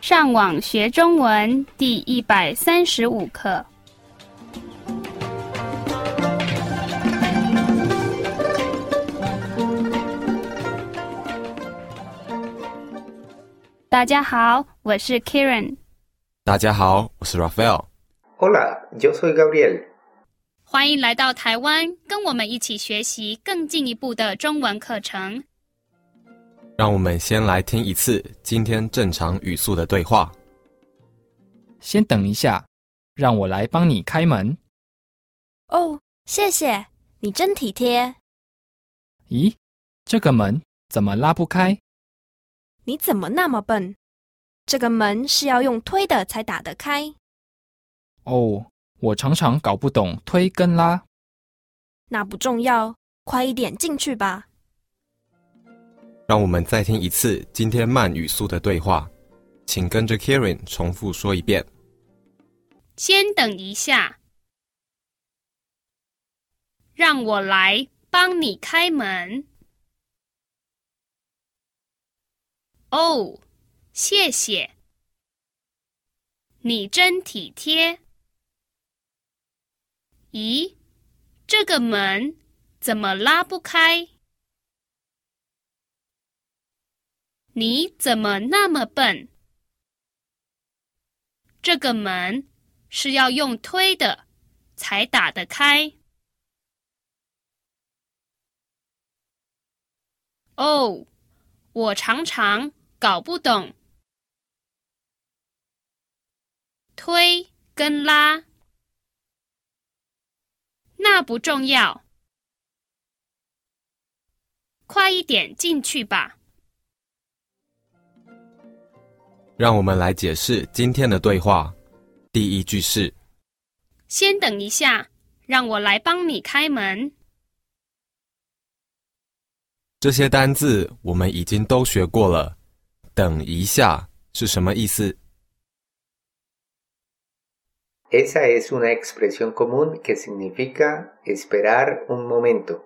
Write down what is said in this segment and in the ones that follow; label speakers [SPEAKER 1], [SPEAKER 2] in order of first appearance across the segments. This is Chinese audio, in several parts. [SPEAKER 1] 上网学中文第一百三十五课。大家好，我是 Karen。
[SPEAKER 2] 大家好，我是 Raphael。
[SPEAKER 3] Hola, yo soy Gabriel.
[SPEAKER 1] 欢迎来到台湾，跟我们一起学习更进一步的中文课程。
[SPEAKER 2] 让我们先来听一次今天正常语速的对话。
[SPEAKER 4] 先等一下，让我来帮你开门。
[SPEAKER 5] 哦，谢谢，你真体贴。
[SPEAKER 4] 咦，这个门怎么拉不开？
[SPEAKER 5] 你怎么那么笨？这个门是要用推的才打得开。
[SPEAKER 4] 哦，我常常搞不懂推跟拉。
[SPEAKER 5] 那不重要，快一点进去吧。
[SPEAKER 2] 让我们再听一次今天慢语速的对话，请跟着 Karen 重复说一遍。
[SPEAKER 1] 先等一下，让我来帮你开门。哦，谢谢，你真体贴。咦，这个门怎么拉不开？你怎么那么笨？这个门是要用推的才打得开。哦，我常常搞不懂推跟拉，那不重要，快一点进去吧。
[SPEAKER 2] 让我们来解释今天的对话。第一句是
[SPEAKER 1] 先等一下，让我来帮你开门。
[SPEAKER 2] 这些单字我们已经都学过了，等一下是什么意思？
[SPEAKER 3] Esa es una expresión común que significa esperar un momento.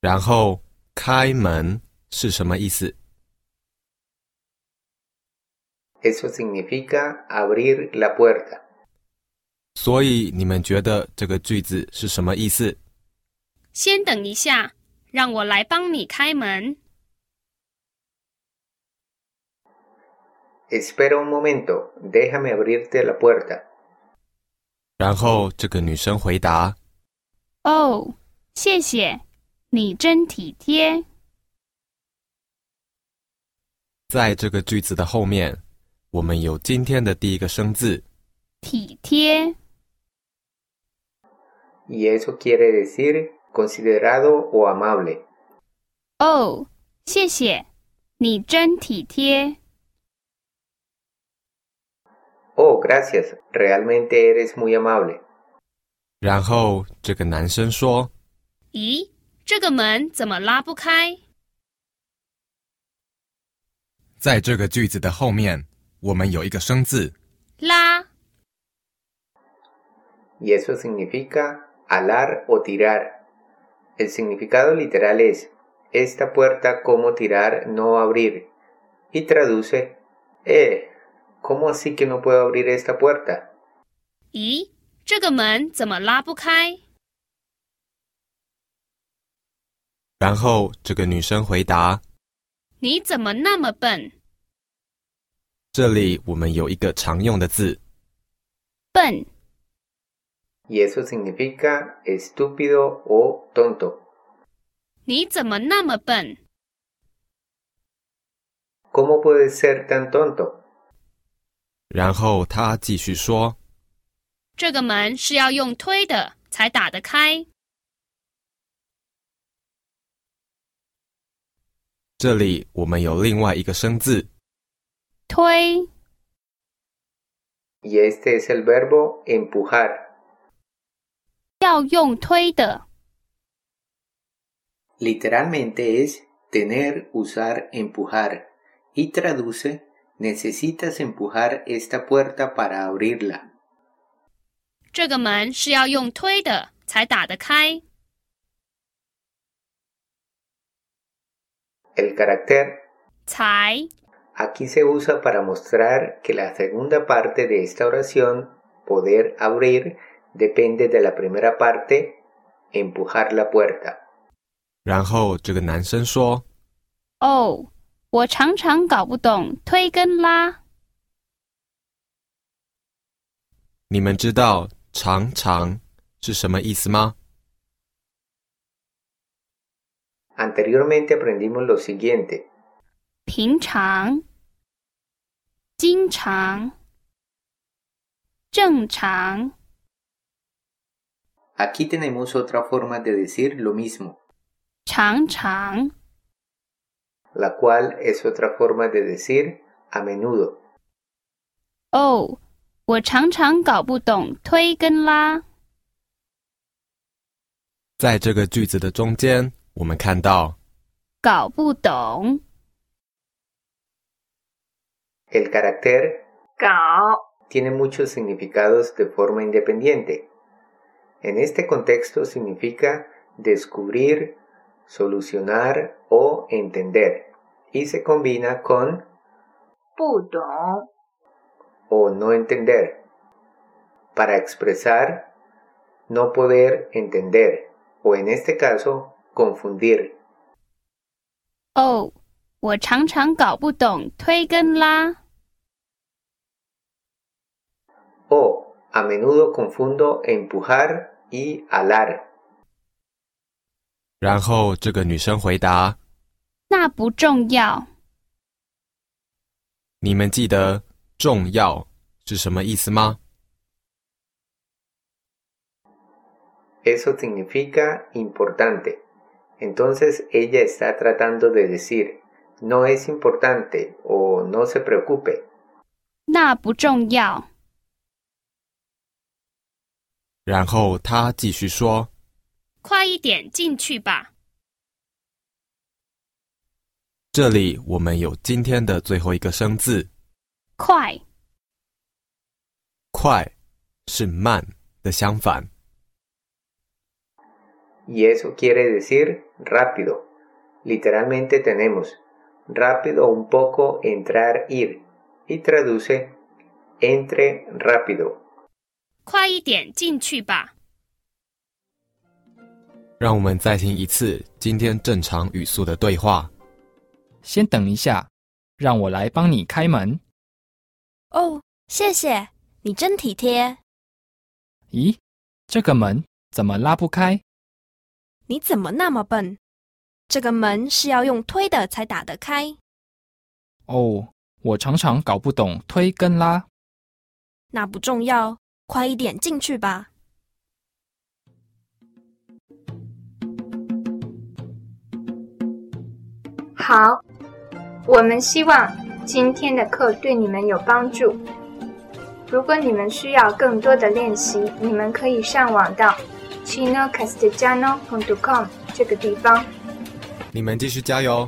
[SPEAKER 2] 然后开门是什么意思？
[SPEAKER 3] Eso significa abrir la puerta.
[SPEAKER 2] 所以你们觉得这个句子是什么意思？
[SPEAKER 1] 先等一下，让我来帮你开门。
[SPEAKER 3] Espera un momento, déjame abrirte la puerta.
[SPEAKER 2] 然后这个女生回答，
[SPEAKER 1] 哦，谢谢，你真体贴。
[SPEAKER 2] 在这个句子的后面，我们有今天的第一个生字。
[SPEAKER 1] 体贴，
[SPEAKER 3] Y eso quiere decir considerado o amable.
[SPEAKER 1] 哦，谢谢，你真体贴。
[SPEAKER 3] Oh, gracias, realmente eres muy amable.
[SPEAKER 2] 然后这个男生说，
[SPEAKER 1] 咦，这个门怎么拉不开？
[SPEAKER 2] 在这个句子的后面，我们有一个生字。
[SPEAKER 1] 拉，
[SPEAKER 3] Y eso significa alar o tirar. El significado literal es esta puerta como tirar no abrir. Y traduce, eh, ¿cómo así que no puedo abrir esta puerta?
[SPEAKER 1] 咦，这个门怎么拉不开？
[SPEAKER 2] 然后这个女生回答，
[SPEAKER 1] 你怎么那么笨？
[SPEAKER 2] 这里我们有一个常用的字。
[SPEAKER 1] 笨，
[SPEAKER 3] y eso significa estúpido o tonto.
[SPEAKER 1] 你怎么那么笨？
[SPEAKER 3] ¿Cómo puedes ser tan tonto?
[SPEAKER 2] 然后她继续说，
[SPEAKER 1] 这个门是要用推的才打得开。
[SPEAKER 2] 这里我们有另外一个生字。
[SPEAKER 1] 推，
[SPEAKER 3] Y este es el verbo empujar.
[SPEAKER 1] 要用推的。
[SPEAKER 3] Literalmente es tener, usar, empujar. Y traduce, necesitas empujar esta puerta para abrirla.
[SPEAKER 1] 这个门是要用推的才打得开。
[SPEAKER 3] El carácter
[SPEAKER 1] 才，
[SPEAKER 3] Aquí se usa para mostrar que la segunda parte de esta oración, poder abrir, depende de la primera parte, empujar la puerta.
[SPEAKER 2] 然后这个男生说
[SPEAKER 1] 哦，我常常搞不懂推跟拉。：“
[SPEAKER 2] 你们知道‘常常’是什么意思吗？
[SPEAKER 3] Anteriormente aprendimos lo siguiente.
[SPEAKER 1] 平常、经常、正常。
[SPEAKER 3] Aquí tenemos otra forma de decir lo mismo,
[SPEAKER 1] 常常、
[SPEAKER 3] la cual es otra forma de decir a menudo.
[SPEAKER 1] 哦，我常常搞不懂推跟拉。
[SPEAKER 2] 在这个句子的中间，我们看到
[SPEAKER 1] 搞不懂，
[SPEAKER 3] El carácter
[SPEAKER 6] 搞
[SPEAKER 3] tiene muchos significados de forma independiente. En este contexto significa descubrir, solucionar o entender y se combina con
[SPEAKER 6] 不懂，
[SPEAKER 3] o no entender para expresar no poder entender o en este caso confundir.
[SPEAKER 1] 哦，我常常搞不懂推跟拉。
[SPEAKER 3] O a menudo confundo empujar y alar.
[SPEAKER 2] 然后这个女生回答
[SPEAKER 1] 那不重要，：“
[SPEAKER 2] 你们记得‘重要’是什么意思吗？
[SPEAKER 3] Eso significa importante. Entonces ella está tratando de decir no es importante o no se preocupe.
[SPEAKER 1] 那不重要。
[SPEAKER 2] 然后她继续说
[SPEAKER 1] 快一点进去吧。：“
[SPEAKER 2] 这里我们有今天的最后一个生字
[SPEAKER 1] 快，
[SPEAKER 2] ‘快’是‘慢’的相反。
[SPEAKER 3] Y eso quiere decir rápido. Literalmente tenemos rápido un poco, entrar, ir. Y traduce entre rápido.
[SPEAKER 1] 快一点进去吧。
[SPEAKER 2] 让我们再听一次今天正常语速的对话。
[SPEAKER 4] 先等一下，让我来帮你开门。
[SPEAKER 5] 哦，谢谢，你真体贴。
[SPEAKER 4] 咦，这个门怎么拉不开？
[SPEAKER 5] 你怎么那么笨？这个门是要用推的才打得开。
[SPEAKER 4] 哦，我常常搞不懂推跟拉。
[SPEAKER 5] 那不重要，快一点进去吧。
[SPEAKER 6] 好，我们希望今天的课对你们有帮助。如果你们需要更多的练习，你们可以上网到 chinocastellano.com 这个地方。
[SPEAKER 2] 你们继续加油，